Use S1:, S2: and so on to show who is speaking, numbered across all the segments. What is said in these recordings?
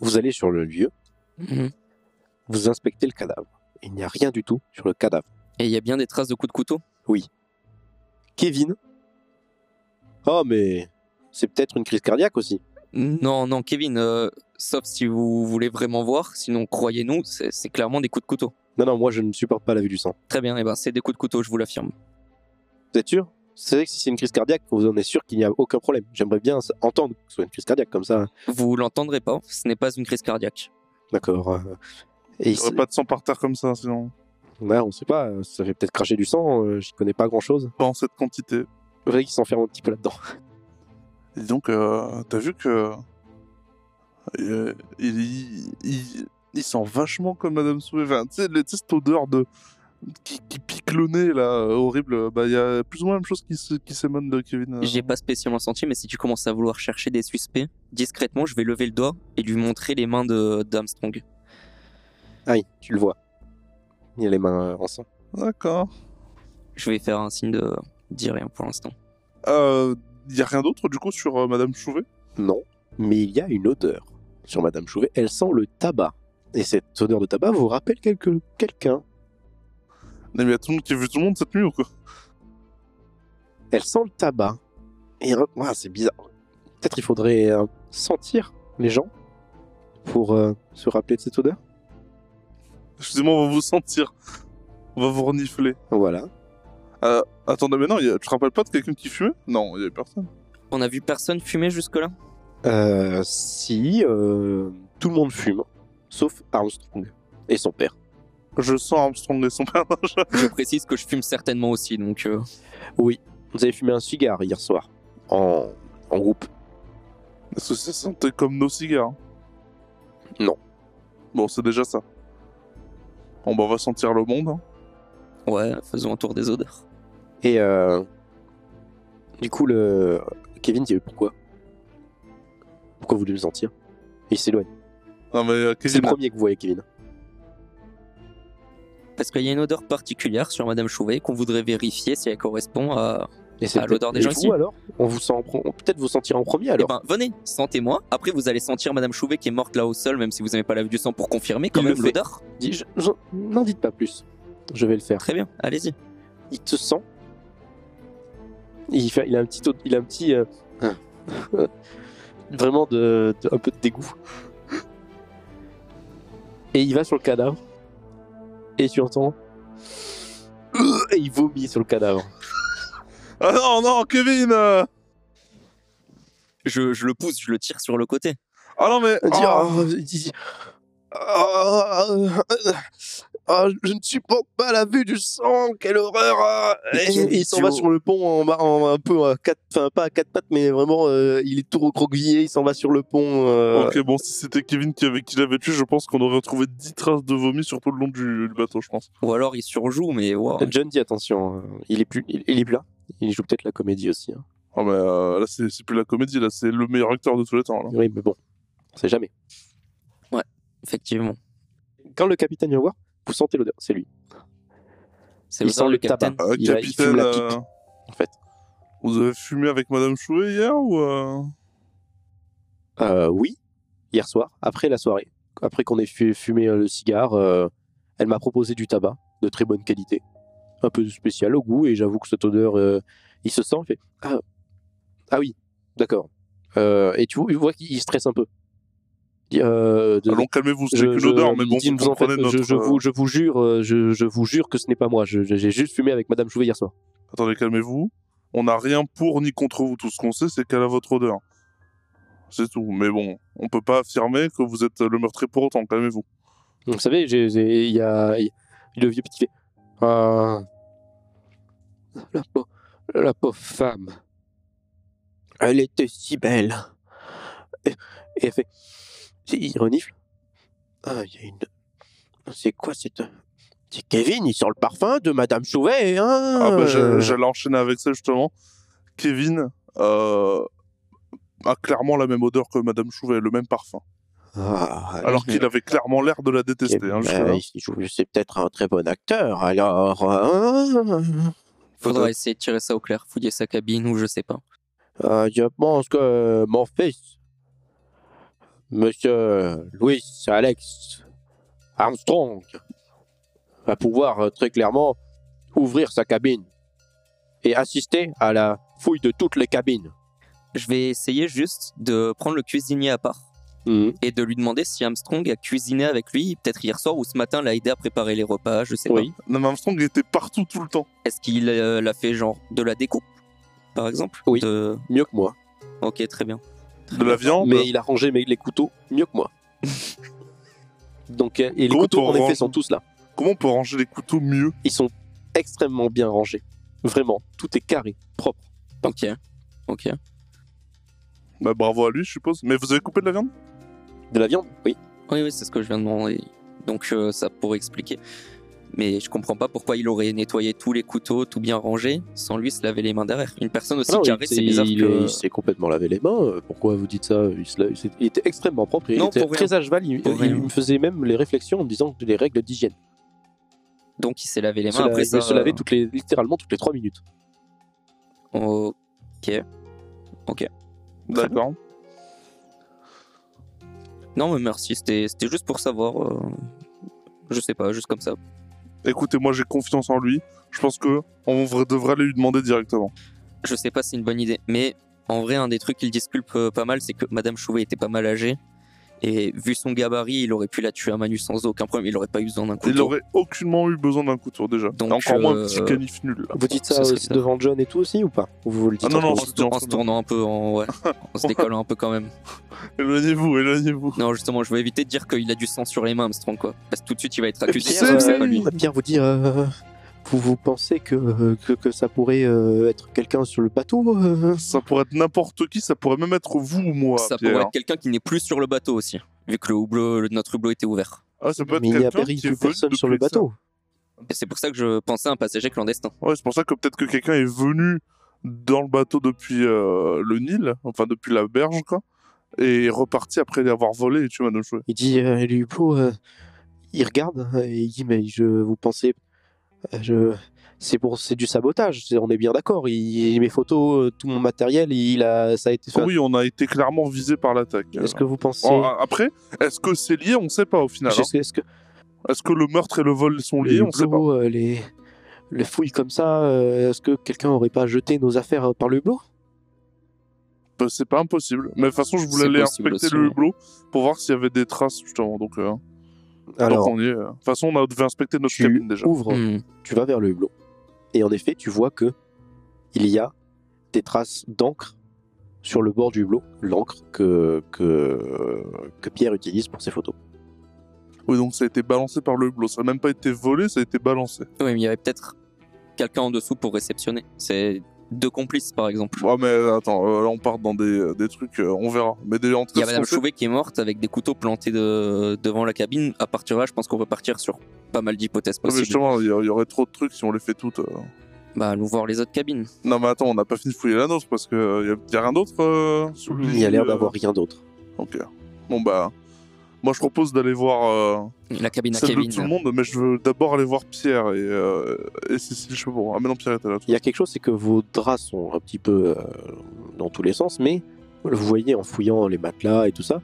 S1: Vous allez sur le lieu,
S2: Mhm.
S1: vous inspectez le cadavre. Il n'y a rien du tout sur le cadavre.
S2: Et il y a bien des traces de coups de couteau
S1: Kevin Oh, mais c'est peut-être une crise cardiaque aussi.
S2: Non, non, Kevin, euh, sauf si vous voulez vraiment voir, sinon croyez-nous, c'est c'est clairement des coups de couteau.
S1: Non, non, moi je ne supporte pas la vue du sang.
S2: Très bien, et ben c'est des coups de couteau, je vous l'affirme.
S1: Vous êtes sûr C'est vrai que si c'est une crise cardiaque, vous en êtes sûr qu'il n'y a aucun problème. J'aimerais bien s- entendre que ce soit une crise cardiaque comme ça. hein.
S2: Vous l'entendrez pas, ce n'est pas une crise cardiaque.
S1: D'accord. euh, Et
S3: Il n'y aurait
S1: ici-
S3: pas de sang par terre comme ça, sinon.
S1: Ouais, on sait pas, euh, ça aurait peut-être craché du sang, euh, j'y connais pas grand-chose.
S3: Pas en cette quantité.
S1: C'est vrai qu'il s'enferme un petit peu là-dedans.
S3: Et donc, euh, t'as vu que. euh, il, il, il- il sent vachement comme Madame Souvé. Enfin, tu sais, les- tu sais, cette odeur de. Qui, qui pique le nez, là, euh, horrible. Bah, il y a plus ou moins la même chose qui, se- qui s'émane de Kevin. euh.
S2: J'ai pas spécialement senti, mais si tu commences à vouloir chercher des suspects, discrètement, je vais lever le doigt et lui montrer les mains de d'Armstrong.
S1: Aïe, tu le vois. Il a les mains euh, en sang.
S3: D'accord.
S2: Je vais faire un signe de dire rien pour l'instant.
S3: Euh, Il y a rien d'autre, du coup, sur euh, Madame Chouvet
S1: Non, mais il y a une odeur sur Madame Chouvet. Elle sent le tabac. Et cette odeur de tabac vous rappelle quelque- quelqu'un.
S3: Non, mais il y a tout le monde qui a vu tout le monde cette nuit ou quoi
S1: Elle sent le tabac. Et euh, ouah, c'est bizarre. Peut-être il faudrait euh, sentir les gens pour euh, se rappeler de cette odeur.
S3: Excusez-moi, on va vous sentir. On va vous renifler.
S1: Voilà.
S3: Attendez, mais non, il y a- tu te rappelles pas de quelqu'un qui fumait Non, il y avait personne.
S2: On a vu personne fumer jusque-là
S1: Euh, si euh, tout le monde fume, sauf Armstrong et son père.
S3: Je sens Armstrong et son père.
S2: Je précise que je fume certainement aussi, donc euh,
S1: Vous avez fumé un cigare hier soir en, en groupe.
S3: Est-ce que ça sentait comme nos cigares hein.
S1: Non.
S3: Bon, c'est déjà ça. Bon, bah, on va sentir le monde. hein.
S2: ouais, faisons un tour des odeurs.
S1: Et euh, du coup, le Kevin dit pourquoi Pourquoi vous voulez me sentir Il s'éloigne.
S3: Non, mais euh,
S1: C'est le
S3: Kevin,
S1: premier que vous voyez, Kevin.
S2: Parce qu'il y a une odeur particulière sur Madame Chouvet qu'on voudrait vérifier si elle correspond à,
S1: Et c'est
S2: Ah,
S1: peut-être-
S2: l'odeur des
S1: et
S2: gens
S1: vous,
S2: ici.
S1: alors On vous sent en pro- on peut peut-être vous sentir en premier alors.
S2: Eh ben, venez, sentez-moi. Après, vous allez sentir Madame Chouvet qui est morte là au sol, même si vous n'avez pas la vue du sang pour confirmer quand
S1: Il le
S2: même
S1: fait.
S2: l'odeur.
S1: Dis- je- je- N'en dites pas plus. Je vais le faire.
S2: Très bien, allez-y.
S1: il te sent. Il, fait, il a un petit, taux- il a un petit, euh, vraiment de, de- un peu de dégoût. Et il va sur le cadavre. Et tu entends. euh, Et il vomit sur le cadavre.
S3: Ah non, non, Kevin euh
S2: Je, je le pousse, je le tire sur le côté.
S3: Ah non, mais.
S1: Il dit,
S3: Ah,
S1: Oh, il dit, Ah, euh, ah, je ne supporte pas la vue du sang, quelle horreur! ah.
S2: Mais
S1: Et
S2: quel
S1: il s'en va
S2: idiot.
S1: sur le pont en, bas- en- un peu à quatre, enfin pas à quatre pattes, mais vraiment euh, il est tout recroquevillé, il s'en va sur le pont. euh,
S3: Ok, bon, si c'était Kevin qui, avait- qui l'avait tué, je pense qu'on aurait retrouvé 10 traces de vomi sur tout le long du, du bateau, je pense.
S2: Ou alors il surjoue, mais waouh.
S1: John dit attention, euh, il est plus, il, il est plus là. Il joue peut-être la comédie aussi. hein.
S3: Ah, mais euh, là, c'est c'est plus la comédie, là, c'est le meilleur acteur de tous les temps. Là.
S1: Oui, mais bon, on sait jamais.
S2: Effectivement.
S1: Quand le capitaine vient voir, vous sentez l'odeur, c'est lui.
S2: C'est
S1: Il
S2: l'odeur
S1: sent
S2: du
S1: le tabac. Ah,
S2: capitaine.
S3: Euh,
S1: Il a- il fume
S3: capitaine,
S1: la pipe,
S3: euh,
S1: en fait.
S3: Vous avez fumé avec Madame Chouet hier ou euh,
S1: Euh, oui, hier soir, après la soirée, après qu'on ait fu- fumé euh, le cigare, euh, elle m'a proposé du tabac de très bonne qualité, un peu spécial au goût, et j'avoue que cette odeur, euh, il se sent, il fait Ah, ah oui, d'accord. Euh, et tu vois, il voit qu'il stresse un peu. Il dit, euh, de-
S3: Allons, calmez-vous, c'est
S1: je-
S3: qu'une
S1: je-
S3: odeur, mais
S1: il
S3: bon,
S1: dit,
S3: vous
S1: vous en faites-
S3: comprenez
S1: je,
S3: notre...
S1: je vous, je vous jure, euh, je, je vous jure que ce n'est pas moi. Je- je- J'ai juste fumé avec Madame Chouvet hier soir.
S3: Attendez, calmez-vous. On n'a rien pour ni contre vous. Tout ce qu'on sait, c'est qu'elle a votre odeur. C'est tout. Mais bon, on peut pas affirmer que vous êtes le meurtrier pour autant. Calmez-vous.
S1: Vous savez, j'ai- j'ai- il y a il- le vieux petit fait. Ah, la, pau- la pauvre femme. Elle était si belle. Et, et elle fait. Il renifle. Ah, il y a une. C'est quoi cette. C'est Kevin, il sent le parfum de Madame Chouvet, hein
S3: Ah bah, j'a- j'allais enchaîner avec ça, justement. Kevin euh, a clairement la même odeur que Madame Chouvet, le même parfum.
S1: Ah,
S3: Alors qu'il avait clairement l'air de la détester.
S1: Eh
S3: hein,
S1: ben,
S3: jusque-là.
S1: il- il joue- c'est peut-être un très bon acteur, alors. hein
S2: Faudra essayer de tirer ça au clair, fouiller sa cabine ou je sais pas.
S1: Euh, je pense que mon fils Monsieur Louis Alex Armstrong va pouvoir euh, très clairement ouvrir sa cabine et assister à la fouille de toutes les cabines.
S2: Je vais essayer juste de prendre le cuisinier à part
S1: Mmh, Eh
S2: et de lui demander si Armstrong a cuisiné avec lui, peut-être hier soir ou ce matin, l'a aidé à préparer les repas, je sais
S1: Oui.
S2: pas.
S3: Non, mais Armstrong était partout tout le temps.
S2: Est-ce qu'il euh, l'a fait genre de la découpe, par exemple
S1: Oui.
S2: De-
S1: Mieux que moi.
S2: Ok, très bien.
S3: De la viande.
S1: Mais il a rangé mes- les couteaux mieux que moi. Donc, euh, et les
S3: Gros
S1: couteaux, en
S3: torrent.
S1: effet, sont tous là.
S3: Comment on peut ranger les couteaux mieux
S1: Ils sont extrêmement bien rangés. Vraiment, tout est carré, propre.
S2: Ok. Ok.
S3: Bah bravo à lui, je suppose. Mais vous avez coupé de la viande
S1: De la viande Oui.
S2: Oui, oui, c'est ce que je viens de demander. Donc euh, ça pourrait expliquer. Mais je comprends pas pourquoi il aurait nettoyé tous les couteaux, tout bien rangé, sans lui se laver les mains derrière. Une personne aussi
S1: Ah Non,
S2: carrée,
S1: il-
S2: c'est bizarre
S1: il,
S2: que...
S1: il s'est complètement lavé les mains. euh, Pourquoi vous dites ça il, se la- il s'est- il était extrêmement propre. Il
S2: Non,
S1: était
S2: pour rien.
S1: très à cheval. Il,
S2: Pour
S1: il
S2: rien.
S1: me faisait même les réflexions en me disant que les règles d'hygiène.
S2: Donc il s'est lavé les
S1: Il
S2: mains
S1: se la-
S2: après
S1: il
S2: ça.
S1: se lavait toutes les, littéralement toutes les 3 minutes.
S2: euh, Ok.
S3: D'accord.
S2: Non, mais merci, c'était c'était juste pour savoir. euh, Je sais pas, juste comme ça.
S3: Écoutez, moi j'ai confiance en lui. Je pense que on vra- devrait aller lui demander directement.
S2: Je sais pas si c'est une bonne idée, mais en vrai, un des trucs qu'il disculpe euh, pas mal, c'est que Madame Chouvet était pas mal âgée. Et vu son gabarit, il aurait pu la tuer à Manu sans aucun problème. Il aurait pas eu besoin d'un couteau.
S3: Il aurait aucunement eu besoin d'un couteau déjà.
S2: Donc,
S3: Et encore moins
S2: euh,
S3: un petit canif nul. là.
S1: Vous dites
S2: Ça
S1: ça
S2: serait
S1: aussi
S2: ça.
S1: devant John et tout aussi ou pas Ou vous le dites
S3: Ah non,
S1: entre
S3: non,
S2: En,
S1: vous
S2: se, tour- en se tournant un peu, en, ouais, en se décollant un peu quand même.
S3: Éloignez-vous, éloignez-vous.
S2: Non, justement, je veux éviter de dire qu'il a du sang sur les mains, Armstrong, quoi. Parce que tout de suite, il va être
S3: puis,
S2: accusé.
S3: c'est
S2: alors que c'est pas
S3: lui.
S2: lui.
S1: Pierre vous dire, euh, vous, vous pensez que, euh, que, que ça pourrait euh, être quelqu'un sur le bateau euh
S3: Ça pourrait être n'importe qui, ça pourrait même être vous ou moi.
S2: Ça
S3: Pierre.
S2: pourrait être quelqu'un qui n'est plus sur le bateau aussi, vu que le houblot, le- notre hublot était ouvert.
S3: Ah, ça peut être
S1: Mais il n'y a
S3: quelqu'un
S1: péri-
S3: qui est
S1: plus
S3: venu
S1: personne sur le
S3: depuis ça.
S1: bateau.
S2: Et c'est pour ça que je pensais à un passager clandestin.
S3: Ouais, c'est pour ça que peut-être que quelqu'un est venu dans le bateau depuis euh, le Nil, enfin depuis la berge, quoi, et est reparti après avoir volé et tué Madame Chouet.
S1: Il dit, euh, lui, Hublot, euh, il regarde hein, et il dit, mais je vous pensez, euh, je, c'est pour, c'est du sabotage. c'est- On est bien d'accord. Il, mes photos, euh, tout mon matériel, il a, ça a été fait.
S3: Oui, on a été clairement visé par l'attaque.
S1: Est-ce que vous pensez,
S3: Oh, a- Après, est-ce que c'est lié On sait pas au final.
S1: est-ce que- est-ce que
S3: hein. Est-ce que le meurtre et le vol sont liés
S1: le
S3: On sait pas.
S1: hublot, euh, les, les fouilles comme ça, euh, est-ce que quelqu'un aurait pas jeté nos affaires euh, par le hublot
S3: Bah, c'est pas impossible. Mais de toute façon, je voulais
S2: C'est
S3: aller
S2: possible
S3: inspecter
S2: aussi, hein.
S3: le
S2: ouais.
S3: hublot pour voir s'il y avait des traces justement. Donc, euh,
S1: Alors,
S3: donc on y est. euh. De toute façon, on a devait inspecter notre
S1: tu
S3: cabine déjà.
S1: ouvres
S2: Hmm.
S1: tu vas vers le hublot. Et en effet, tu vois que il y a des traces d'encre sur le bord du hublot, l'encre que, que, que Pierre utilise pour ses photos.
S3: Oui, donc ça a été balancé par le hublot. Ça a même pas été volé, ça a été balancé.
S2: Oui, mais il y avait peut-être quelqu'un en dessous pour réceptionner. C'est deux complices, par exemple.
S3: Ouais, mais attends, euh, là on part dans des, euh, des trucs, euh, on verra. Mais des, en tout
S2: Il y a
S3: cas, ce
S2: Madame
S3: qu'on fait-
S2: Chouvet qui est morte avec des couteaux plantés de- devant la cabine. À partir de là, je pense qu'on peut partir sur pas mal d'hypothèses
S3: Non, Ah, mais
S2: possibles.
S3: justement, il y, a- il y aurait trop de trucs si on les fait toutes. euh.
S2: Bah, allons voir les autres cabines.
S3: Non, mais attends, on n'a pas fini de fouiller la nôtre parce que euh, il y a- il y, a rien d'autre. euh, sous le
S1: Il
S3: lit,
S1: n'y a l'air
S3: euh,
S1: d'avoir rien d'autre.
S3: Ok. Bon, bah. Moi, je propose d'aller voir euh,
S2: La cabine à
S3: celle de tout le
S2: Kevin.
S3: monde, mais je veux d'abord aller voir Pierre et, euh, et Cécile Chevron. Ah, mais non, Pierre était là. tout.
S1: Il y a quelque chose, c'est que vos draps sont un petit peu euh, dans tous les sens, mais vous voyez en fouillant les matelas et tout ça,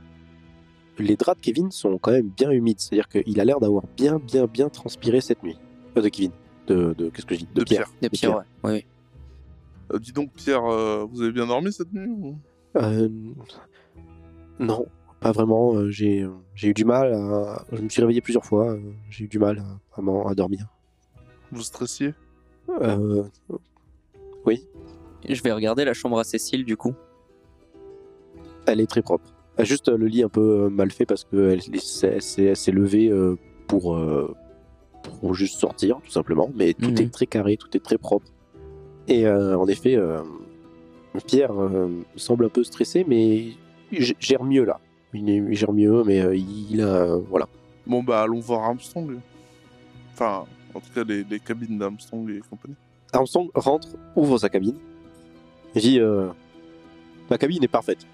S1: les draps de Kevin sont quand même bien humides. C'est-à-dire qu'il a l'air d'avoir bien, bien, bien transpiré cette nuit. Euh, de Kevin. De, de- qu'est-ce que je dis De,
S3: De
S1: Pierre.
S3: Pierre.
S2: Des pires, ouais. Oui, oui.
S3: Euh, dis donc, Pierre, euh, vous avez bien dormi cette nuit ou-
S1: Euh, non, pas vraiment. euh, J'ai euh, j'ai eu du mal à... Je me suis réveillé plusieurs fois. euh, J'ai eu du mal à, à m'en- à dormir.
S3: Vous stressiez
S1: Euh,
S2: Je vais regarder la chambre à Cécile, du coup.
S1: elle est très propre. Ah, Juste euh, le lit un peu euh, mal fait parce qu'elle s'est levée euh, pour, euh, pour juste sortir, tout simplement. Mais tout
S2: Mhm.
S1: est très carré, tout est très propre. Et euh, en effet, euh, Pierre euh, semble un peu stressé, mais il g- gère mieux là. Il, est- il gère mieux, mais euh, il a... voilà.
S3: Bon, bah, allons voir Armstrong. Enfin, en tout cas, les, les cabines d'Armstrong et compagnie.
S1: Armstrong rentre, ouvre sa cabine, et dit euh, Ma cabine est parfaite.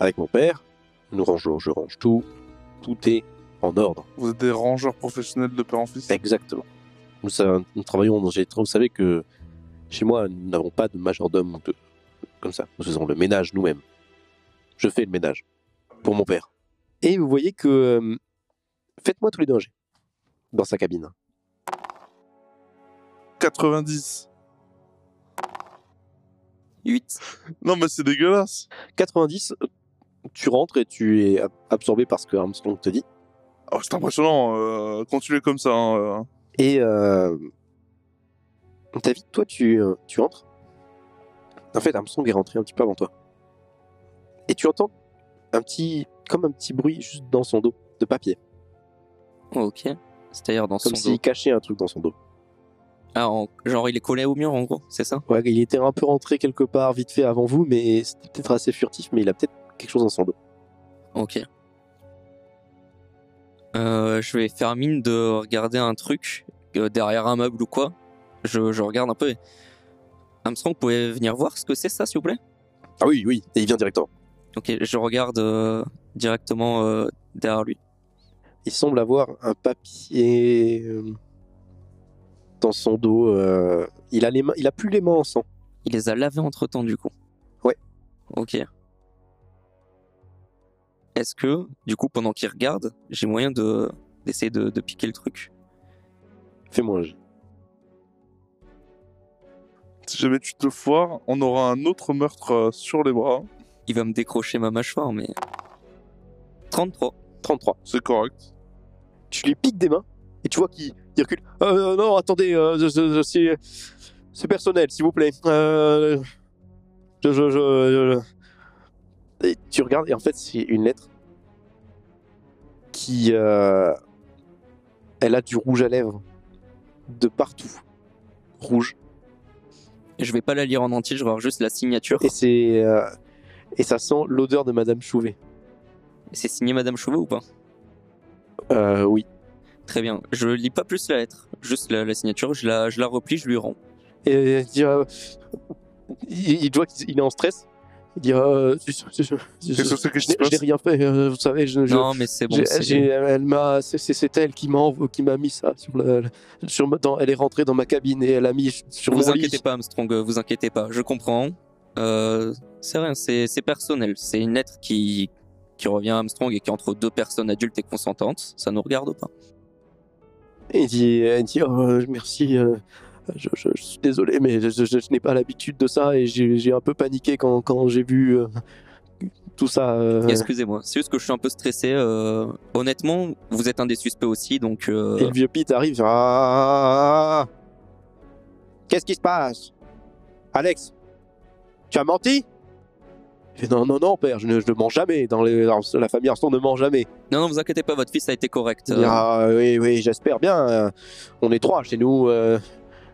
S1: Avec mon père, nous rangeons, je range tout, tout est en ordre.
S3: Vous êtes des rangeurs professionnels de père en fils
S1: Exactement. Nous, ça- nous travaillons, j'ai- vous savez que chez moi, nous n'avons pas de majordome ou de. comme ça. Nous faisons le ménage nous-mêmes. Je fais le ménage. Pour mon père. Et vous voyez que. euh, Faites-moi tous les dangers dans sa cabine.
S3: 90.
S2: 8.
S3: Non, mais c'est dégueulasse.
S1: 90, tu rentres et tu es ab- absorbé par ce que Armstrong te dit.
S3: Oh, c'est impressionnant. Euh, continuez comme ça. hein, euh.
S1: Et euh, David, toi, tu, euh, tu rentres. En fait, Armstrong est rentré un petit peu avant toi. Et tu entends un petit, comme un petit bruit juste dans son dos, de papier.
S2: ok. C'est-à-dire dans
S1: Comme
S2: son
S1: s'il
S2: dos.
S1: cachait un truc dans son dos.
S2: Ah, en- genre il est collé au mur en gros, c'est ça
S1: Ouais, il était un peu rentré quelque part vite fait avant vous, mais c'était peut-être assez furtif, mais il a peut-être quelque chose dans son dos.
S2: Ok. Euh, je vais faire mine de regarder un truc euh, derrière un meuble ou quoi. Je, je regarde un peu. et- Armstrong, vous pouvez venir voir ce que c'est ça, s'il vous plaît
S1: Ah oui, oui, et il vient directement.
S2: Ok, je regarde euh, directement euh, derrière lui.
S1: Il semble avoir un papier euh, dans son dos. euh, il a les mains, il a plus les mains en sang.
S2: Il les a lavés entre temps, du coup.
S1: Ouais.
S2: Ok. Est-ce que, du coup, pendant qu'il regarde, j'ai moyen de d'essayer de, de piquer le truc
S1: Fais-moi un jet.
S3: Si jamais tu te foires, on aura un autre meurtre euh, sur les bras.
S2: Il va me décrocher ma mâchoire, mais. 33.
S1: 33.
S3: C'est correct.
S1: Tu lui piques des mains et tu vois qu'il il recule. Euh, non, attendez, euh, je- je- je- c'est c'est personnel, s'il vous plaît. Euh, je, je, je, je- je- Et tu regardes et en fait c'est une lettre qui, euh, elle a du rouge à lèvres de partout, rouge.
S2: Je vais pas la lire en entier, je vais avoir juste la signature.
S1: Et c'est euh, et ça sent l'odeur de Madame Chouvet.
S2: C'est signé Madame Chauvet ou pas
S1: Euh, oui.
S2: Très bien. Je lis pas plus la lettre, juste la, la signature. Je la, je la replie, je lui rends.
S1: Et il dit, euh, il, il voit qu'il est en stress. Il dit, euh, je, je- je- je-
S3: Qu'est-ce que c'est que
S1: je
S3: je
S1: n'ai- je n'ai
S3: passe
S1: rien fait. euh, vous savez, je, je-
S2: non, mais c'est bon.
S1: j'ai-
S2: c'est-
S1: j'ai- elle m'a, c'est- c'est c'est elle qui m'a qui m'a mis ça sur le, le- sur ma- dans- elle est rentrée dans ma cabine et elle a mis sur
S2: Vous
S1: mon
S2: inquiétez
S1: lit.
S2: pas, Armstrong. euh, Vous inquiétez pas. Je comprends. Euh, c'est rien. C'est c'est personnel. C'est une lettre qui qui revient à Armstrong et qui est entre deux personnes adultes et consentantes. Ça nous regarde pas.
S1: Et il dit, elle dit, oh, merci. euh, je, je- je suis désolé, mais je, je- je n'ai pas l'habitude de ça et j'ai j'ai un peu paniqué quand, quand j'ai vu euh, tout ça. euh,
S2: Excusez-moi. C'est juste que je suis un peu stressé. euh, honnêtement, vous êtes un des suspects aussi, donc. euh,
S1: Et le vieux Pete arrive. genre, Ah, ah, ah, ah, ah. Qu'est-ce qui se passe Alex, tu as menti Il fait, Non, non, non, père, je ne, je ne mens jamais. Dans, les, dans la famille Armstrong ne ment jamais.
S2: Non, non, vous inquiétez pas. Votre fils a été correct.
S1: Il
S2: euh,
S1: dit, Ah, oui, oui, j'espère bien. euh, On est trois chez nous. euh,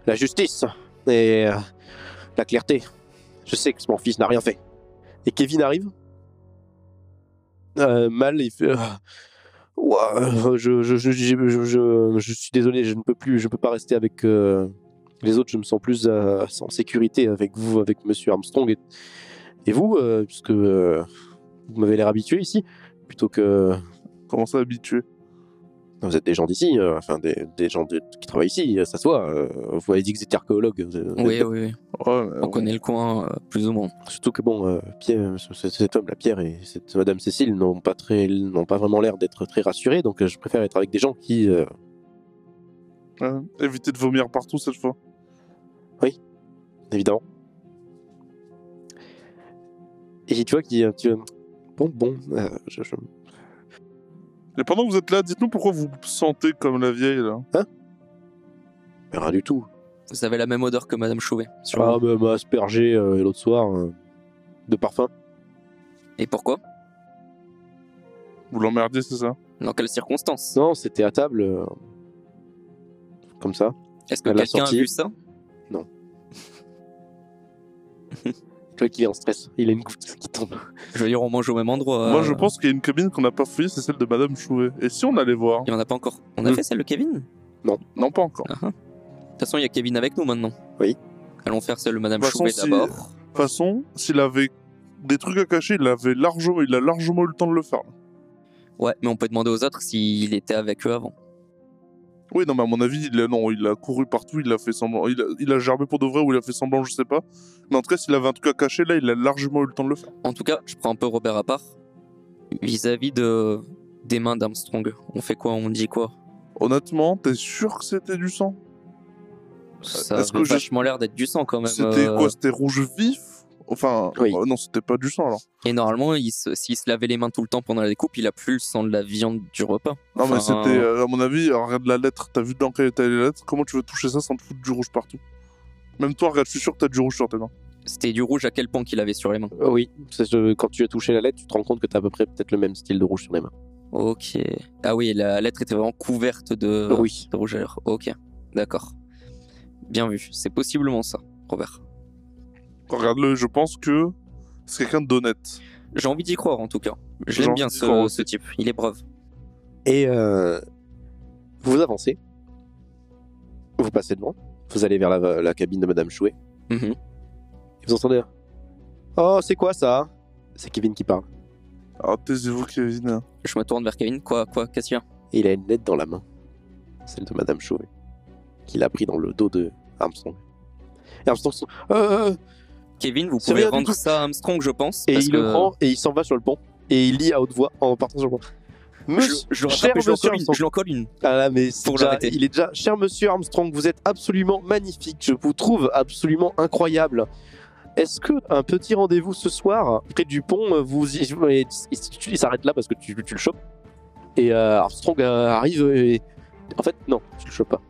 S1: la justice et euh, la clarté. Je sais que mon fils n'a rien fait. Et Kevin arrive. Euh, mal, il fait. euh, Ouah, euh, je, je, je, je, je- je- je suis désolé, je ne peux plus, je ne peux pas rester avec euh, les autres. Je me sens plus euh, en sécurité avec vous, avec Monsieur Armstrong et, et vous, euh, puisque euh, vous m'avez l'air habitué ici, plutôt que
S3: Comment ça habitué
S1: vous êtes des gens d'ici, euh, enfin des, des gens de- qui travaillent ici, euh, ça se voit. euh, vous avez dit que vous étiez archéologue. euh, vous êtes-
S2: Oui, oui, oui.
S3: Ouais, mais
S2: On connaît le coin euh, plus ou moins.
S1: Surtout que bon, euh, Pierre, ce- ce- cet homme, la Pierre et cette Madame Cécile n'ont pas très, n'ont pas vraiment l'air d'être très rassurés. Donc euh, je préfère être avec des gens qui. euh,
S3: ouais. Évitez de vomir partout cette fois.
S1: évidemment. Et tu vois qui, euh, tu- bon, bon, euh, je- je-
S3: Et pendant que vous êtes là, dites-nous pourquoi vous vous sentez comme la vieille là.
S1: mais rien du tout.
S2: Vous avez la même odeur que Madame Chauvet. sûrement.
S1: Ah, bah, m'a aspergé euh, l'autre soir euh, de parfum.
S2: Et pourquoi
S3: Vous l'emmerdez, c'est ça
S2: Dans quelles circonstances
S1: Non, c'était à table, euh, comme ça.
S2: Est-ce que
S1: À la
S2: quelqu'un a
S1: sortie.
S2: vu ça
S1: Tu vois qu'il est en stress. Il a une goutte qui tombe.
S2: Je veux dire, on mange au même endroit.
S3: Moi,
S2: euh,
S3: je pense qu'il y a une cabine qu'on n'a pas fouillée, c'est celle de Madame Chouvet. Et si on allait voir
S2: Il y en a pas encore. On a
S1: Mm.
S2: fait celle de Kevin
S3: Non, pas encore.
S2: Ah, ah. De toute façon, il y a Kevin avec nous maintenant.
S1: Oui.
S2: Allons faire celle de Madame
S3: De toute
S2: Chouvet
S3: façon, si-
S2: d'abord.
S3: De toute façon, s'il avait des trucs à cacher, il avait largement, il a largement eu le temps de le faire. là.
S2: Ouais, mais on peut demander aux autres s'il était avec eux avant.
S3: Oui, non, mais à mon avis, il a, non, il a couru partout, il a fait semblant, il a, il a germé pour de vrai ou il a fait semblant, je sais pas. Mais en tout cas, s'il avait un truc à cacher, là, il a largement eu le temps de le faire.
S2: En tout cas, je prends un peu Robert à part. Vis-à-vis de des mains d'Armstrong, on fait quoi On dit quoi
S3: Honnêtement, t'es sûr que c'était du sang
S2: Ça
S3: Euh, Est-ce
S2: a
S3: que je-
S2: vachement l'air d'être du sang quand même.
S3: C'était
S2: euh,
S3: quoi C'était rouge vif Enfin,
S1: Oui.
S3: euh, non, c'était pas du sang alors.
S2: Et normalement, il se- s'il se lavait les mains tout le temps pendant la découpe, il a plus le sang de la viande du repas.
S3: Non, mais
S2: Enfin,
S3: c'était, euh, à mon avis, euh, regarde la lettre, t'as vu dans quelle était la lettre, comment tu veux toucher ça sans te foutre du rouge partout Même toi, regarde, je suis sûr que t'as du rouge sur tes mains.
S2: C'était du rouge à quel point qu'il avait sur les mains.
S1: Ah oui, c'est ce- quand tu as touché la lettre, tu te rends compte que t'as à peu près peut-être le même style de rouge sur les mains.
S2: Ok. Ah oui, la lettre était vraiment couverte de,
S1: Oui.
S2: de rougeur. Ok, d'accord. Bien vu. C'est possiblement ça, Robert.
S3: Regarde-le, je pense que c'est quelqu'un d'honnête.
S2: J'ai envie d'y croire en tout cas. Je
S3: J'ai
S2: l'aime
S3: envie
S2: bien
S3: d'y croire
S2: ce,
S3: aussi.
S2: ce type. Il est brave.
S1: Et euh, vous avancez, vous passez devant, vous allez vers la, la cabine de Madame Chouet,
S2: Mhm.
S1: et vous entendez un, Oh, c'est quoi ça C'est Kevin qui parle.
S3: Alors Ah, taisez-vous, Kevin.
S2: Je me tourne vers Kevin. Quoi, quoi, qu'est-ce qu'il y a
S1: Et il a une lettre dans la main, celle de Madame Chouet, qu'il a pris dans le dos de Armstrong. Et Armstrong, se- Euh,
S2: Kevin, vous
S1: C'est
S2: pouvez
S1: rien du
S2: rendre
S1: tout.
S2: ça à Armstrong, je pense.
S1: et
S2: parce
S1: il
S2: que
S1: le prend et il s'en va sur le pont et il lit à haute voix en partant sur le pont.
S2: Je,
S1: Monsieur,
S2: je le rattrape
S1: cher
S2: et je lui en
S1: monsieur
S2: colle une-
S1: Armstrong.
S2: je lui en colle une.
S1: Ah là, mais c'est
S2: Pour
S1: déjà-
S2: l'arrêter.
S1: il est déjà. Cher monsieur Armstrong, vous êtes absolument magnifique. Je vous trouve absolument incroyable. Est-ce que un petit rendez-vous ce soir près du pont, euh, vous y- et- il s- il s'arrête là parce que tu, tu le chopes et euh, Armstrong euh, arrive et en fait non, tu le chopes pas.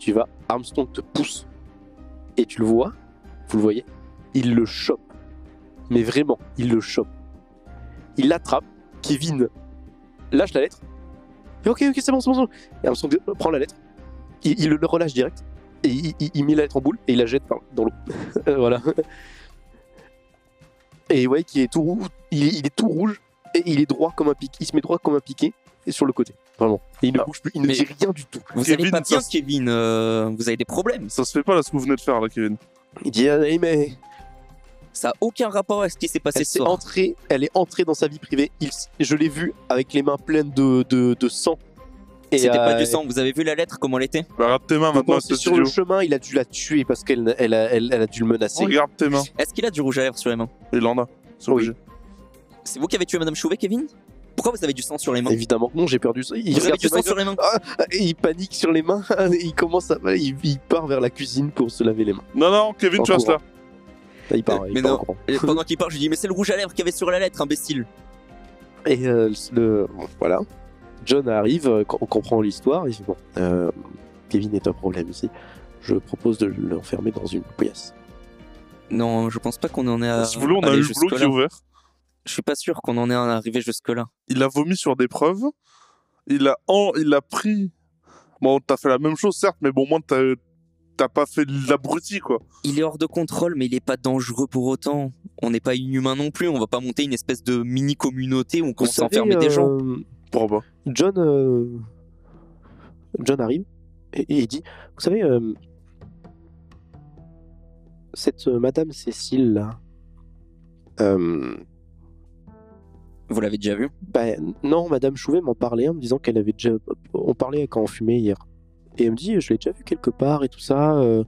S1: Tu vas, Armstrong te pousse et tu le vois, vous le voyez, il le chope. Mais vraiment, il le chope. Il l'attrape. Kevin lâche la lettre. Fait, Ok, ok, c'est bon, c'est bon, c'est bon. Et Armstrong prend euh, la lettre, il, il le relâche direct, et il, il- il met la lettre en boule et il la jette par- dans l'eau. Euh, voilà. Et ouais, qui est tout roux- il, il est tout rouge et il est droit comme un piqué. Il se met droit comme un piqué et sur le côté, vraiment. Et il ne
S3: Ah.
S1: bouge plus, il ne
S2: Mais-
S1: dit rien du tout.
S2: Vous
S3: Kevin,
S2: allez pas bien,
S3: ça-
S2: Kevin. euh, vous avez des problèmes.
S3: Ça se fait pas là ce que vous venez de faire là, Kevin.
S1: Il dit ah, mais
S2: Ça a aucun rapport à ce qui s'est passé
S1: elle,
S2: ce
S1: s'est
S2: soir.
S1: entrée, elle est entrée dans sa vie privée. Il s- je l'ai vue avec les mains pleines de, de, de sang. Et,
S2: C'était pas
S1: euh,
S2: du sang. Vous avez vu la lettre comment elle était
S3: Bah, regarde tes mains
S2: Ah,
S1: donc,
S3: maintenant,
S1: c'est
S3: c'est
S1: sur le
S3: idiot.
S1: chemin, il a dû la tuer parce qu'elle elle a, elle- elle a dû le menacer.
S3: Regarde tes mains.
S2: Est-ce qu'il a du rouge à lèvres sur les mains
S3: Il en a. C'est
S1: Oui.
S3: obligé.
S2: C'est vous qui avez tué Madame Chouvet, Kevin Pourquoi vous avez du sang sur les mains
S1: Évidemment, non, j'ai perdu ça. Il
S2: Vous avez
S1: regarde
S2: du
S1: ses mains,
S2: sang sur les mains
S1: Et il panique sur les mains et il commence à. Il, il part vers la cuisine pour se laver les mains.
S3: Non, non, Kevin,
S1: En
S3: tu restes là.
S1: Là, il part,
S2: Euh,
S1: il
S2: mais
S1: part
S2: non.
S1: en courant.
S2: Et pendant qu'il parle, je lui dis Mais c'est le rouge à lèvres qu'il y avait sur la lettre, imbécile
S1: Et euh, le, bon, voilà. John arrive, euh, on comprend l'histoire. Il fait Bon, euh, Kevin est un problème ici. Je propose de l'enfermer dans une pièce.
S2: Non, je pense pas qu'on en est à.
S3: si vous voulez, on a
S2: euh, aller
S3: eu le boulot qui est
S2: jusque-là.
S3: ouvert.
S2: Je suis pas sûr qu'on en est arrivé jusque-là.
S3: Il a vomi sur des preuves. Il a, en... il a pris. Bon, t'as fait la même chose, certes, mais bon, au moins, t'as t'as pas fait l'abruti, quoi.
S2: Il est hors de contrôle, mais il est pas dangereux pour autant. On n'est pas inhumain non plus, on va pas monter une espèce de mini-communauté où on
S1: Vous
S2: commence à
S1: savez,
S2: enfermer des gens.
S1: euh,
S3: Bon, bah.
S1: John, euh, John arrive et, et il dit Vous savez, euh, cette euh, Madame Cécile là, euh,
S2: Vous l'avez déjà vu
S1: Ben non, Madame Chouvet m'en parlait en me disant qu'elle avait déjà. On parlait quand on fumait hier. Et elle me dit, je l'ai déjà vu quelque part et tout ça. euh,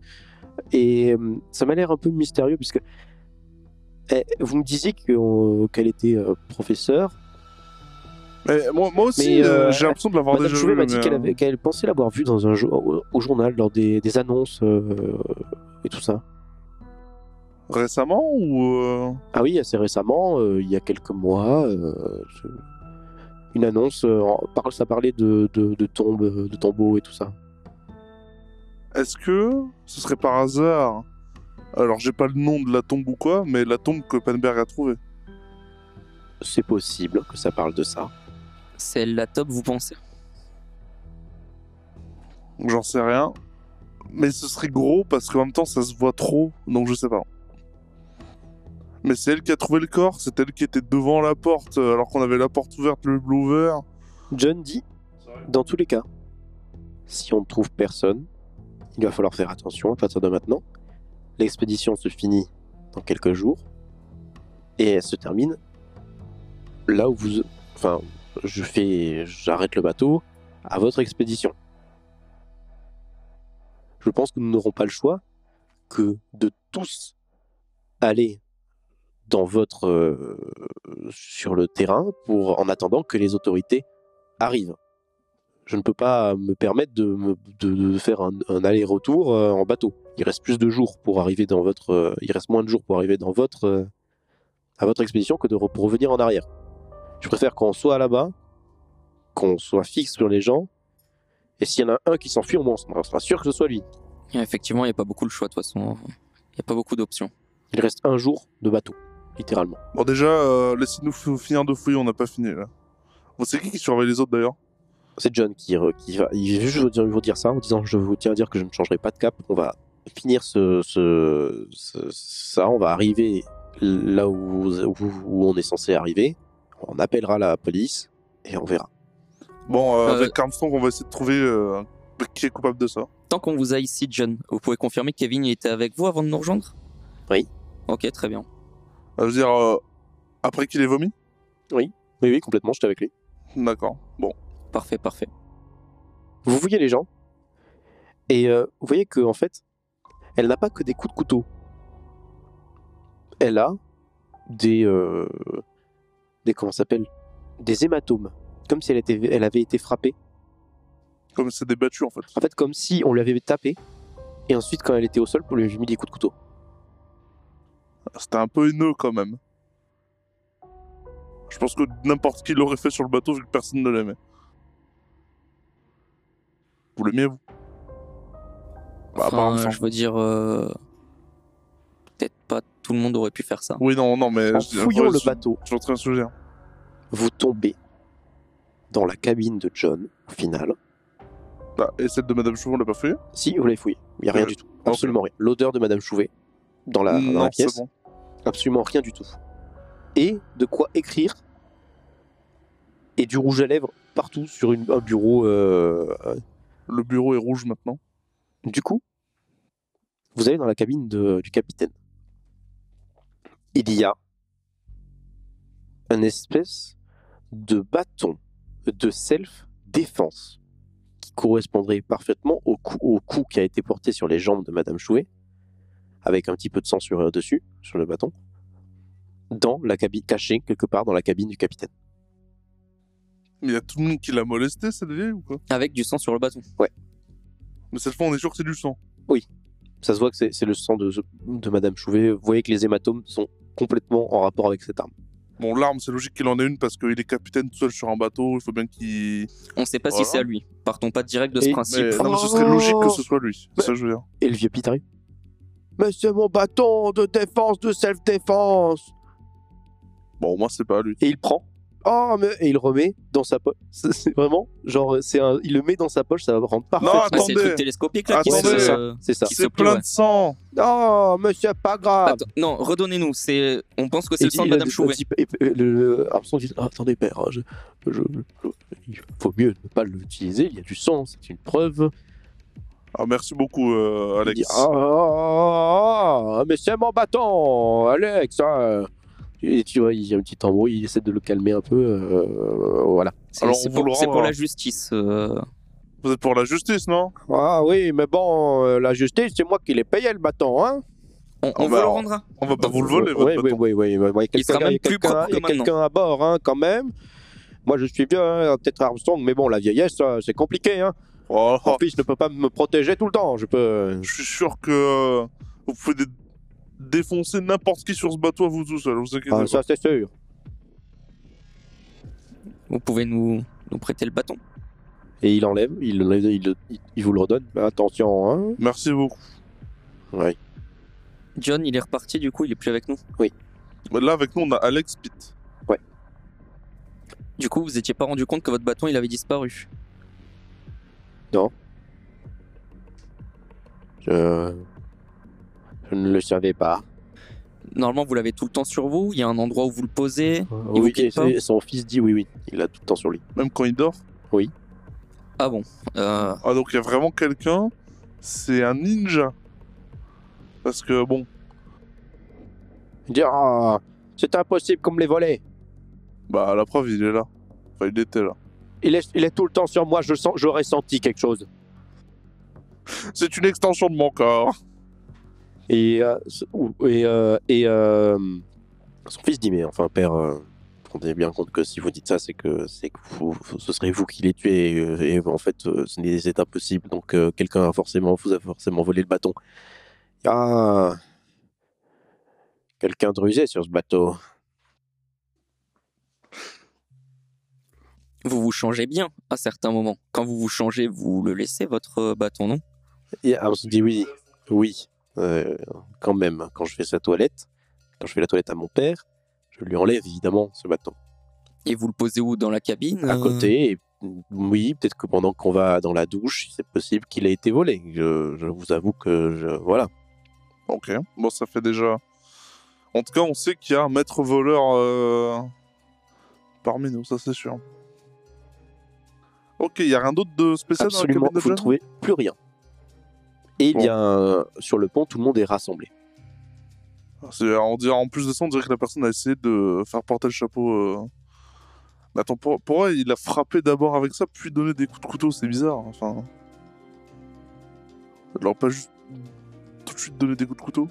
S1: et euh, ça m'a l'air un peu mystérieux puisque. Eh, vous me disiez que, euh, qu'elle était euh, professeure.
S3: Mais moi, moi aussi,
S1: Mais, euh,
S3: euh, j'ai l'impression de l'avoir
S1: Madame
S3: déjà
S1: Chouvet
S3: vu.
S1: m'a dit
S3: mais,
S1: qu'elle,
S3: euh,
S1: avait- qu'elle pensait l'avoir vue dans un jo- au, au journal, lors des, des annonces euh, et tout ça.
S3: Récemment ou. euh,
S1: Ah oui, assez récemment, euh, il y a quelques mois, euh, je- une annonce, euh, en- parle- ça parlait de, de, de tombes, de tombeaux et tout ça.
S3: Est-ce que ce serait par hasard Alors, j'ai pas le nom de la tombe ou quoi, mais la tombe que Penberg a trouvée.
S1: C'est possible que ça parle de ça.
S2: C'est la top, vous pensez
S3: J'en sais rien. Mais ce serait gros parce qu'en même temps, ça se voit trop, donc je sais pas. Mais c'est elle qui a trouvé le corps, c'est elle qui était devant la porte, euh, alors qu'on avait la porte ouverte, le bleu ouvert.
S1: John dit, dans tous les cas, si on ne trouve personne, il va falloir faire attention à partir de maintenant. L'expédition se finit dans quelques jours et elle se termine là où vous... Enfin, je fais... J'arrête le bateau à votre expédition. Je pense que nous n'aurons pas le choix que de tous aller dans votre euh, sur le terrain pour en attendant que les autorités arrivent. Je ne peux pas me permettre de, me- de- de faire un, un aller-retour euh, en bateau. Il reste plus de jours pour arriver dans votre, euh, il reste moins de jours pour arriver dans votre euh, à votre expédition que de re- pour revenir en arrière. Je préfère qu'on soit là-bas, qu'on soit fixe sur les gens, et s'il y en a un qui s'enfuit, au moins, on sera sûr que ce soit lui.
S2: Et Effectivement, il n'y a pas beaucoup le choix de toute façon. Il n'y a pas beaucoup d'options.
S1: Il reste un jour de bateau, littéralement.
S3: Bon, déjà, euh, laissez-nous f- finir de fouiller, on n'a pas fini là. Bon, c'est qui qui surveille les autres d'ailleurs
S1: C'est John qui, re- qui va il va juste vous dire, vous dire ça en disant je vous tiens à dire que je ne changerai pas de cap. On va finir ce, ce- ce- ça, on va arriver là où, où, où on est censé arriver. On appellera la police et on verra.
S3: Bon, euh,
S2: Euh,
S3: avec Armstrong, on va essayer de trouver euh, qui est coupable de ça. Euh,
S2: Tant qu'on vous a ici, John, vous pouvez confirmer que Kevin il était avec vous avant de nous rejoindre
S1: Oui.
S2: Ok, très bien.
S3: Euh, Je veux dire, euh, après qu'il ait vomi
S1: Oui, oui, complètement, j'étais avec lui.
S3: D'accord. Bon.
S2: Parfait, parfait.
S1: Vous voyez les gens et euh, vous voyez que en fait, elle n'a pas que des coups de couteau. Elle a des euh, des comment ça s'appelle des hématomes, comme si elle, était, elle avait été frappée.
S3: Comme c'est débattu en fait.
S1: En fait, comme si on lui avait tapé, et ensuite, quand elle était au sol, on lui avait mis des coups de couteau.
S3: C'était un peu haineux quand même. Je pense que n'importe qui l'aurait fait sur le bateau vu que personne ne l'aimait. Vous l'aimiez vous Bah, à part
S2: Enfin,
S3: Armstrong.
S2: je veux dire, euh, peut-être pas tout le monde aurait pu faire ça.
S3: Oui, non, non, mais.
S1: En
S3: Euh, je-
S1: fouillant
S3: je-
S1: le bateau,
S3: Je suis en train de se dire.
S1: vous tombez dans la cabine de John, au final.
S3: Bah, et celle de Madame Chauvin, on l'a pas fouillée
S1: Si, vous l'avez fouillé. Il n'y a rien
S3: Euh,
S1: du tout. Absolument rien. L'odeur de Madame Chouvet dans la, dans la
S3: Non,
S1: pièce.
S3: c'est bon.
S1: Absolument rien du tout. Et de quoi écrire et du rouge à lèvres partout sur une- un bureau. euh, euh.
S3: Le bureau est rouge maintenant.
S1: Du coup, vous allez dans la cabine de- du capitaine. Il y a un espèce de bâton de self-défense qui correspondrait parfaitement au coup, au coup qui a été porté sur les jambes de Madame Chouet, avec un petit peu de sang sur, dessus, sur le bâton, dans la cabine, caché quelque part dans la cabine du capitaine.
S3: Mais il y a tout le monde qui l'a molesté, cette vieille ou quoi
S2: Avec du sang sur le bâton.
S3: Mais cette fois, on est sûr que c'est du sang.
S1: Ça se voit que c'est c'est le sang de, de Madame Chouvet. Vous voyez que les hématomes sont complètement en rapport avec cette arme.
S3: Bon, l'arme, c'est logique qu'il en ait une parce qu'il est capitaine tout seul sur un bateau, il faut bien qu'il.
S2: On ne sait pas
S3: Voilà.
S2: si c'est à lui. Partons pas direct de ce
S1: Et-
S2: principe. Ah,
S3: Mais, non, mais ce serait logique que ce soit lui.
S1: Mais-
S3: Ça, je veux dire.
S1: Et le vieux Pete arrive. Mais c'est mon bâton de défense, de self-défense
S3: Bon, moi, c'est pas lui.
S1: Et il prend. Oh, mais... Et il remet dans sa poche. C'est c'est vraiment, genre, c'est un... il le met dans sa poche, ça va rendre
S3: Non,
S1: parfait.
S2: Ouais, c'est le
S3: Attendez.
S2: truc télescopique là qui
S3: Attendez.
S2: se- euh,
S1: C'est ça. C'est ça.
S2: Qui se
S3: C'est
S2: plaît,
S3: plein
S2: ouais.
S3: de sang
S1: Oh, monsieur, pas grave
S2: Attends, non, redonnez-nous. C'est, on pense que c'est
S1: Et
S2: le sang
S1: il
S2: de
S1: a
S2: Madame
S1: des- un
S2: Chouvet.
S1: petit peu- et- et le- Armstrong dit Ah, Attendez, père, je- je- je- je- il faut mieux ne pas l'utiliser, il y a du sang, c'est une preuve.
S3: Ah, merci beaucoup, euh,
S1: Il
S3: Alex.
S1: dit, Ah, ah, ah, ah, mais c'est mon bâton, Alex euh. Et tu vois, il y a un petit embrouille, il essaie de le calmer un peu. euh, voilà.
S2: C'est,
S3: Alors,
S2: c'est
S3: on vous le
S2: pour, c'est
S3: rend,
S2: pour la
S3: alors.
S2: justice. euh,
S3: Vous êtes pour la justice, non
S1: Ah oui, mais bon, euh, la justice, c'est moi qui l'ai payé le bâton, hein
S2: On,
S3: Ah
S2: on vous
S3: bah,
S2: le rendra.
S3: On va pas vous le voler, votre
S1: Oui, oui,
S3: bâton.
S1: oui, oui, oui, oui, Il y a quelqu'un-
S2: sera même
S1: il y a
S2: plus
S1: quelqu'un
S2: propre
S1: il y a
S2: que maintenant.
S1: quelqu'un à bord, hein, quand même. Moi, je suis bien, hein, peut-être Armstrong, mais bon, la vieillesse, euh, c'est compliqué, hein.
S3: Oh,
S1: Mon fils ne peut pas me protéger tout le temps, je peux...
S3: je suis sûr que euh, vous pouvez dé- défoncer n'importe qui sur ce bateau à vous tout seul, vous inquiétez
S1: Ah,
S3: pas.
S1: ça, c'est sûr.
S2: Vous pouvez nous, nous prêter le bâton.
S1: Et il enlève, il, enlève- il, il- il vous le redonne. Mais attention, hein.
S3: Merci beaucoup.
S1: Ouais.
S2: John, il est reparti. Du coup, il est plus avec nous.
S3: Bah, Là, avec nous, on a Alex Pitt.
S2: Du coup, vous n'étiez pas rendu compte que votre bâton, il avait disparu.
S1: Je... je ne le savais pas.
S2: Normalement, vous l'avez tout le temps sur vous. Il y a un endroit où vous le posez. vous
S1: oui,
S2: quitte
S1: et-
S2: pas
S1: et son fils dit oui, oui. Il a tout le temps sur lui.
S3: Même quand il dort.
S2: Ah bon. euh,
S3: Ah, donc il y a vraiment quelqu'un. C'est un ninja. Parce que, bon,
S1: Il dit, ah, c'est impossible comme les volets.
S3: bah, la preuve, il est là. Enfin, il était là.
S1: Il est, il est tout le temps sur moi, je sens, j'aurais senti quelque chose.
S3: C'est une extension de hein. mon corps.
S1: Et, euh, ce- ou- et, euh, et euh, Son fils dit, mais enfin, père, euh, vous rendez bien compte que si vous dites ça, c'est que, c'est que vous- vous- ce serait vous qui les tuez. Et, euh, et, en fait, euh, ce n'est- c'est impossible. Donc, euh, quelqu'un a forcément, vous a forcément volé le bâton. Ah, quelqu'un de rusé sur ce bateau.
S2: Vous vous changez bien à certains moments. Quand vous vous changez, vous le laissez, votre euh, bâton, non
S1: Et ah, on se dit oui, oui, euh, quand même. Quand je fais sa toilette, quand je fais la toilette à mon père, je lui enlève évidemment ce bâton.
S2: Et vous le posez où Dans la cabine
S1: À
S2: euh,
S1: côté, et, mm, oui, peut-être que pendant qu'on va dans la douche, c'est possible qu'il ait été volé. Je, je vous avoue que je, voilà.
S3: Ok, bon, ça fait déjà. En tout cas, on sait qu'il y a un maître voleur euh, parmi nous, ça c'est sûr. Ok, il y a rien d'autre de spécial dans
S1: Absolument,
S3: la cabine de
S1: vous ne
S3: John
S1: trouvez plus rien. Et il
S3: Bon.
S1: y a un- sur le pont, tout le monde est rassemblé.
S3: C'est- on dirait, En plus de ça, on dirait que la personne a essayé de faire porter le chapeau. euh. Attends, pour, pourquoi il a frappé d'abord avec ça, puis donné des coups de couteau C'est bizarre, enfin. Alors, pas juste tout de suite donné des coups de couteau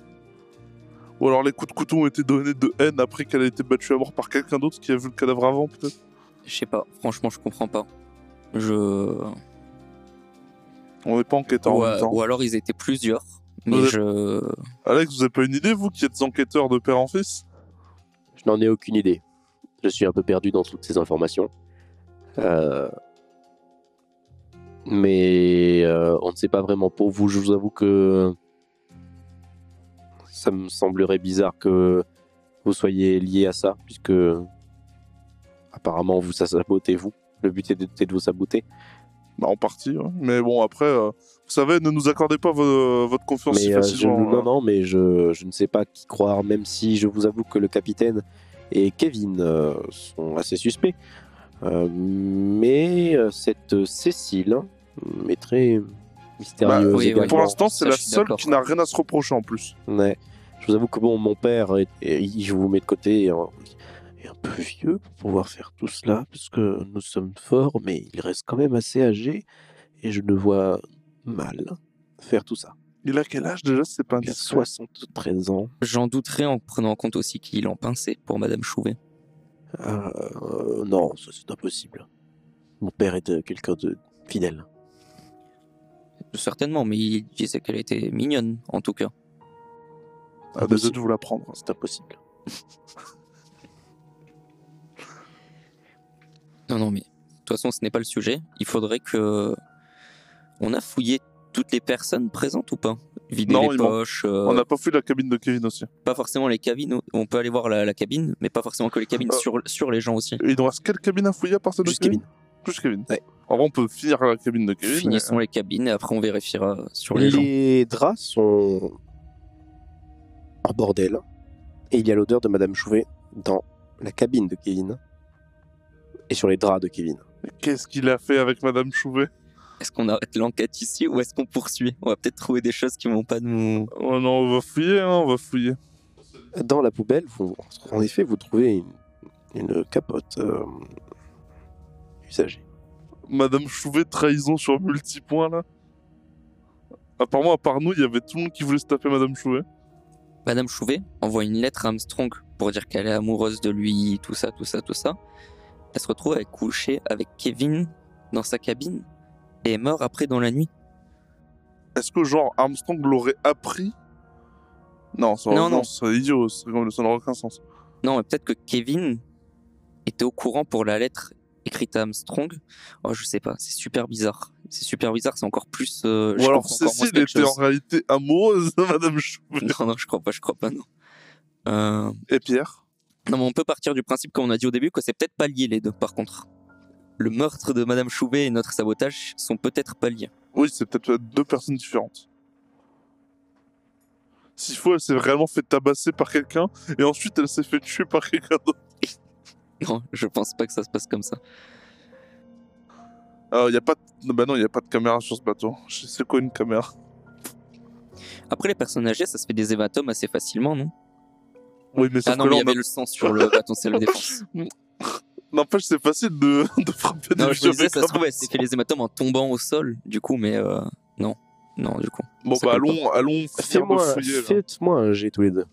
S3: Ou alors les coups de couteau ont été donnés de haine après qu'elle a été battue à mort par quelqu'un d'autre qui a vu le cadavre avant, peut-être
S2: Euh, Je sais pas, franchement, je comprends pas. Je.
S3: On n'est pas enquêteur
S2: ou,
S3: en
S2: euh,
S3: même temps.
S2: ou alors ils étaient plusieurs, mais
S3: Vous êtes-
S2: je.
S3: Alex, vous avez pas une idée, vous qui êtes enquêteur de père en fils
S1: Je n'en ai aucune idée. Je suis un peu perdu dans toutes ces informations. Euh, Mais euh, on ne sait pas vraiment pour vous. Je vous avoue que ça me semblerait bizarre que vous soyez lié à ça, puisque apparemment vous ça sabotez vous. Le but était de vous saboter.
S3: Bah, en partie, ouais. Mais bon, après, euh, vous savez, ne nous accordez pas vo- votre confiance si
S1: Mais euh, je,
S3: facilement.
S1: non,
S3: hein.
S1: non, mais je, je ne sais pas qui croire, même si je vous avoue que le capitaine et Kevin euh, sont assez suspects. Euh, mais euh, cette Cécile hein, est très mystérieuse.
S2: Bah, oui, oui.
S1: également.
S3: Pour l'instant, c'est
S2: Ça,
S3: la
S2: je suis
S3: seule
S2: d'accord.
S3: qui n'a rien à se reprocher en plus.
S1: Ouais. Je vous avoue que bon, mon père, est- est- il- je vous mets de côté, est un, est un peu vieux pour pouvoir faire tout cela, parce que nous sommes forts, mais il reste quand même assez âgé, et je le vois mal faire tout ça.
S3: Il a quel âge déjà C'est pas
S1: Il a
S3: indiscret.
S1: 73 ans.
S2: J'en douterais en prenant en compte aussi qu'il en pinçait pour Madame Chouvet.
S1: Euh, euh, non, ça c'est impossible. Mon père était quelqu'un de fidèle.
S2: Certainement, mais il disait qu'elle était mignonne, en tout cas.
S3: Ah, désolé de vous l'apprendre.
S1: C'est impossible.
S2: Non, non, mais de toute façon, ce n'est pas le sujet. Il faudrait que. On a fouillé toutes les personnes présentes ou pas Vider
S3: Non,
S2: les
S3: il manque-
S2: poches, euh,
S3: On n'a pas fouillé la cabine de Kevin aussi.
S2: pas forcément les cabines. On peut aller voir la, la cabine, mais pas forcément que les cabines,
S3: Euh,
S2: sur, sur les gens aussi.
S3: Et il nous reste quelle cabine à fouiller à part celle de
S1: Juste Kevin.
S3: Juste Kevin.
S1: Ouais.
S3: En vrai, on peut finir la cabine de Kevin.
S2: Finissons les cabines et après on vérifiera sur les,
S1: Les,
S2: gens.
S1: draps sont un bordel. Et il y a l'odeur de Madame Chouvet dans la cabine de Kevin. Et sur les draps de Kevin.
S3: mais Qu'est-ce qu'il a fait avec Madame Chouvet
S2: Est-ce qu'on arrête l'enquête ici ou est-ce qu'on poursuit On va peut-être trouver des choses qui vont pas nous.
S3: Oh non, on va fouiller, hein, on va fouiller.
S1: Dans la poubelle, vous, en effet, vous trouvez une, une capote euh, usagée.
S3: Madame Chouvet, trahison sur multipoint là. Apparemment, à part nous, il y avait tout le monde qui voulait se taper Madame Chouvet.
S2: Madame Chouvet envoie une lettre à Armstrong pour dire qu'elle est amoureuse de lui, tout ça, tout ça, tout ça. Elle se retrouve à coucher avec Kevin dans sa cabine et est mort après dans la nuit.
S3: Est-ce que genre Armstrong l'aurait appris Non, ça,
S2: Non,
S3: non,
S2: non.
S3: ça serait idiot, ça ça n'aurait aucun sens.
S2: Non, mais peut-être que Kevin était au courant pour la lettre écrite à Armstrong. Oh, je sais pas, c'est super bizarre. C'est super bizarre, c'est encore plus. euh, je
S3: Ou alors
S2: comprends encore moins
S3: Cécile
S2: quelque
S3: était en
S2: chose.
S3: réalité amoureuse de Madame Chouvet.
S2: Non, non, je crois pas, je crois pas, non. Euh,
S3: Et Pierre
S2: Non, mais on peut partir du principe, comme on a dit au début, que c'est peut-être pas lié les deux, par contre. Le meurtre de Madame Chouvet et notre sabotage sont peut-être pas liés.
S3: Oui, c'est peut-être deux personnes différentes. S'il faut, elle s'est vraiment fait tabasser par quelqu'un et ensuite elle s'est fait tuer par quelqu'un d'autre.
S2: Non, je pense pas que ça se passe comme ça.
S3: Il y a pas, de... bah non, il y a pas de caméra sur ce bateau. Je sais quoi une caméra
S2: Après, les personnes âgées, ça se fait des hématomes assez facilement, non
S3: Oui, mais sauf
S2: Ah non,
S3: que
S2: mais il
S3: là,
S2: y
S3: on a-
S2: avait le sang sur le bâton de self-défense.
S3: n'empêche, c'est facile de, de frapper
S2: non,
S3: des
S2: je me
S3: vieux
S2: disais,
S3: mecs
S2: ça
S3: comme
S2: se trouve, elle s'est fait les hématomes en tombant au sol, du coup, mais euh, non. Non, du coup.
S3: Bon,
S2: Ça
S3: bah
S2: colle
S3: allons, allons finir de
S1: Fais-moi-
S3: fouiller. là.
S1: Faites-moi un jet tous les deux.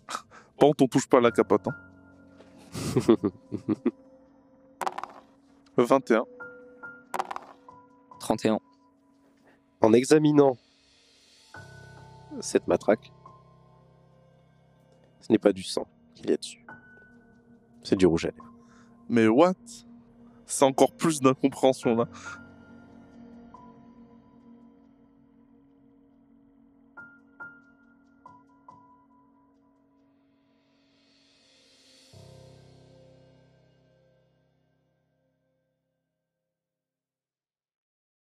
S3: Par contre, on touche pas à la capote. hein. 21.
S2: 31.
S1: En examinant cette matraque, ce n'est pas du sang qu'il y a dessus. C'est du rouge à lèvres.
S3: Mais what C'est encore plus d'incompréhension là.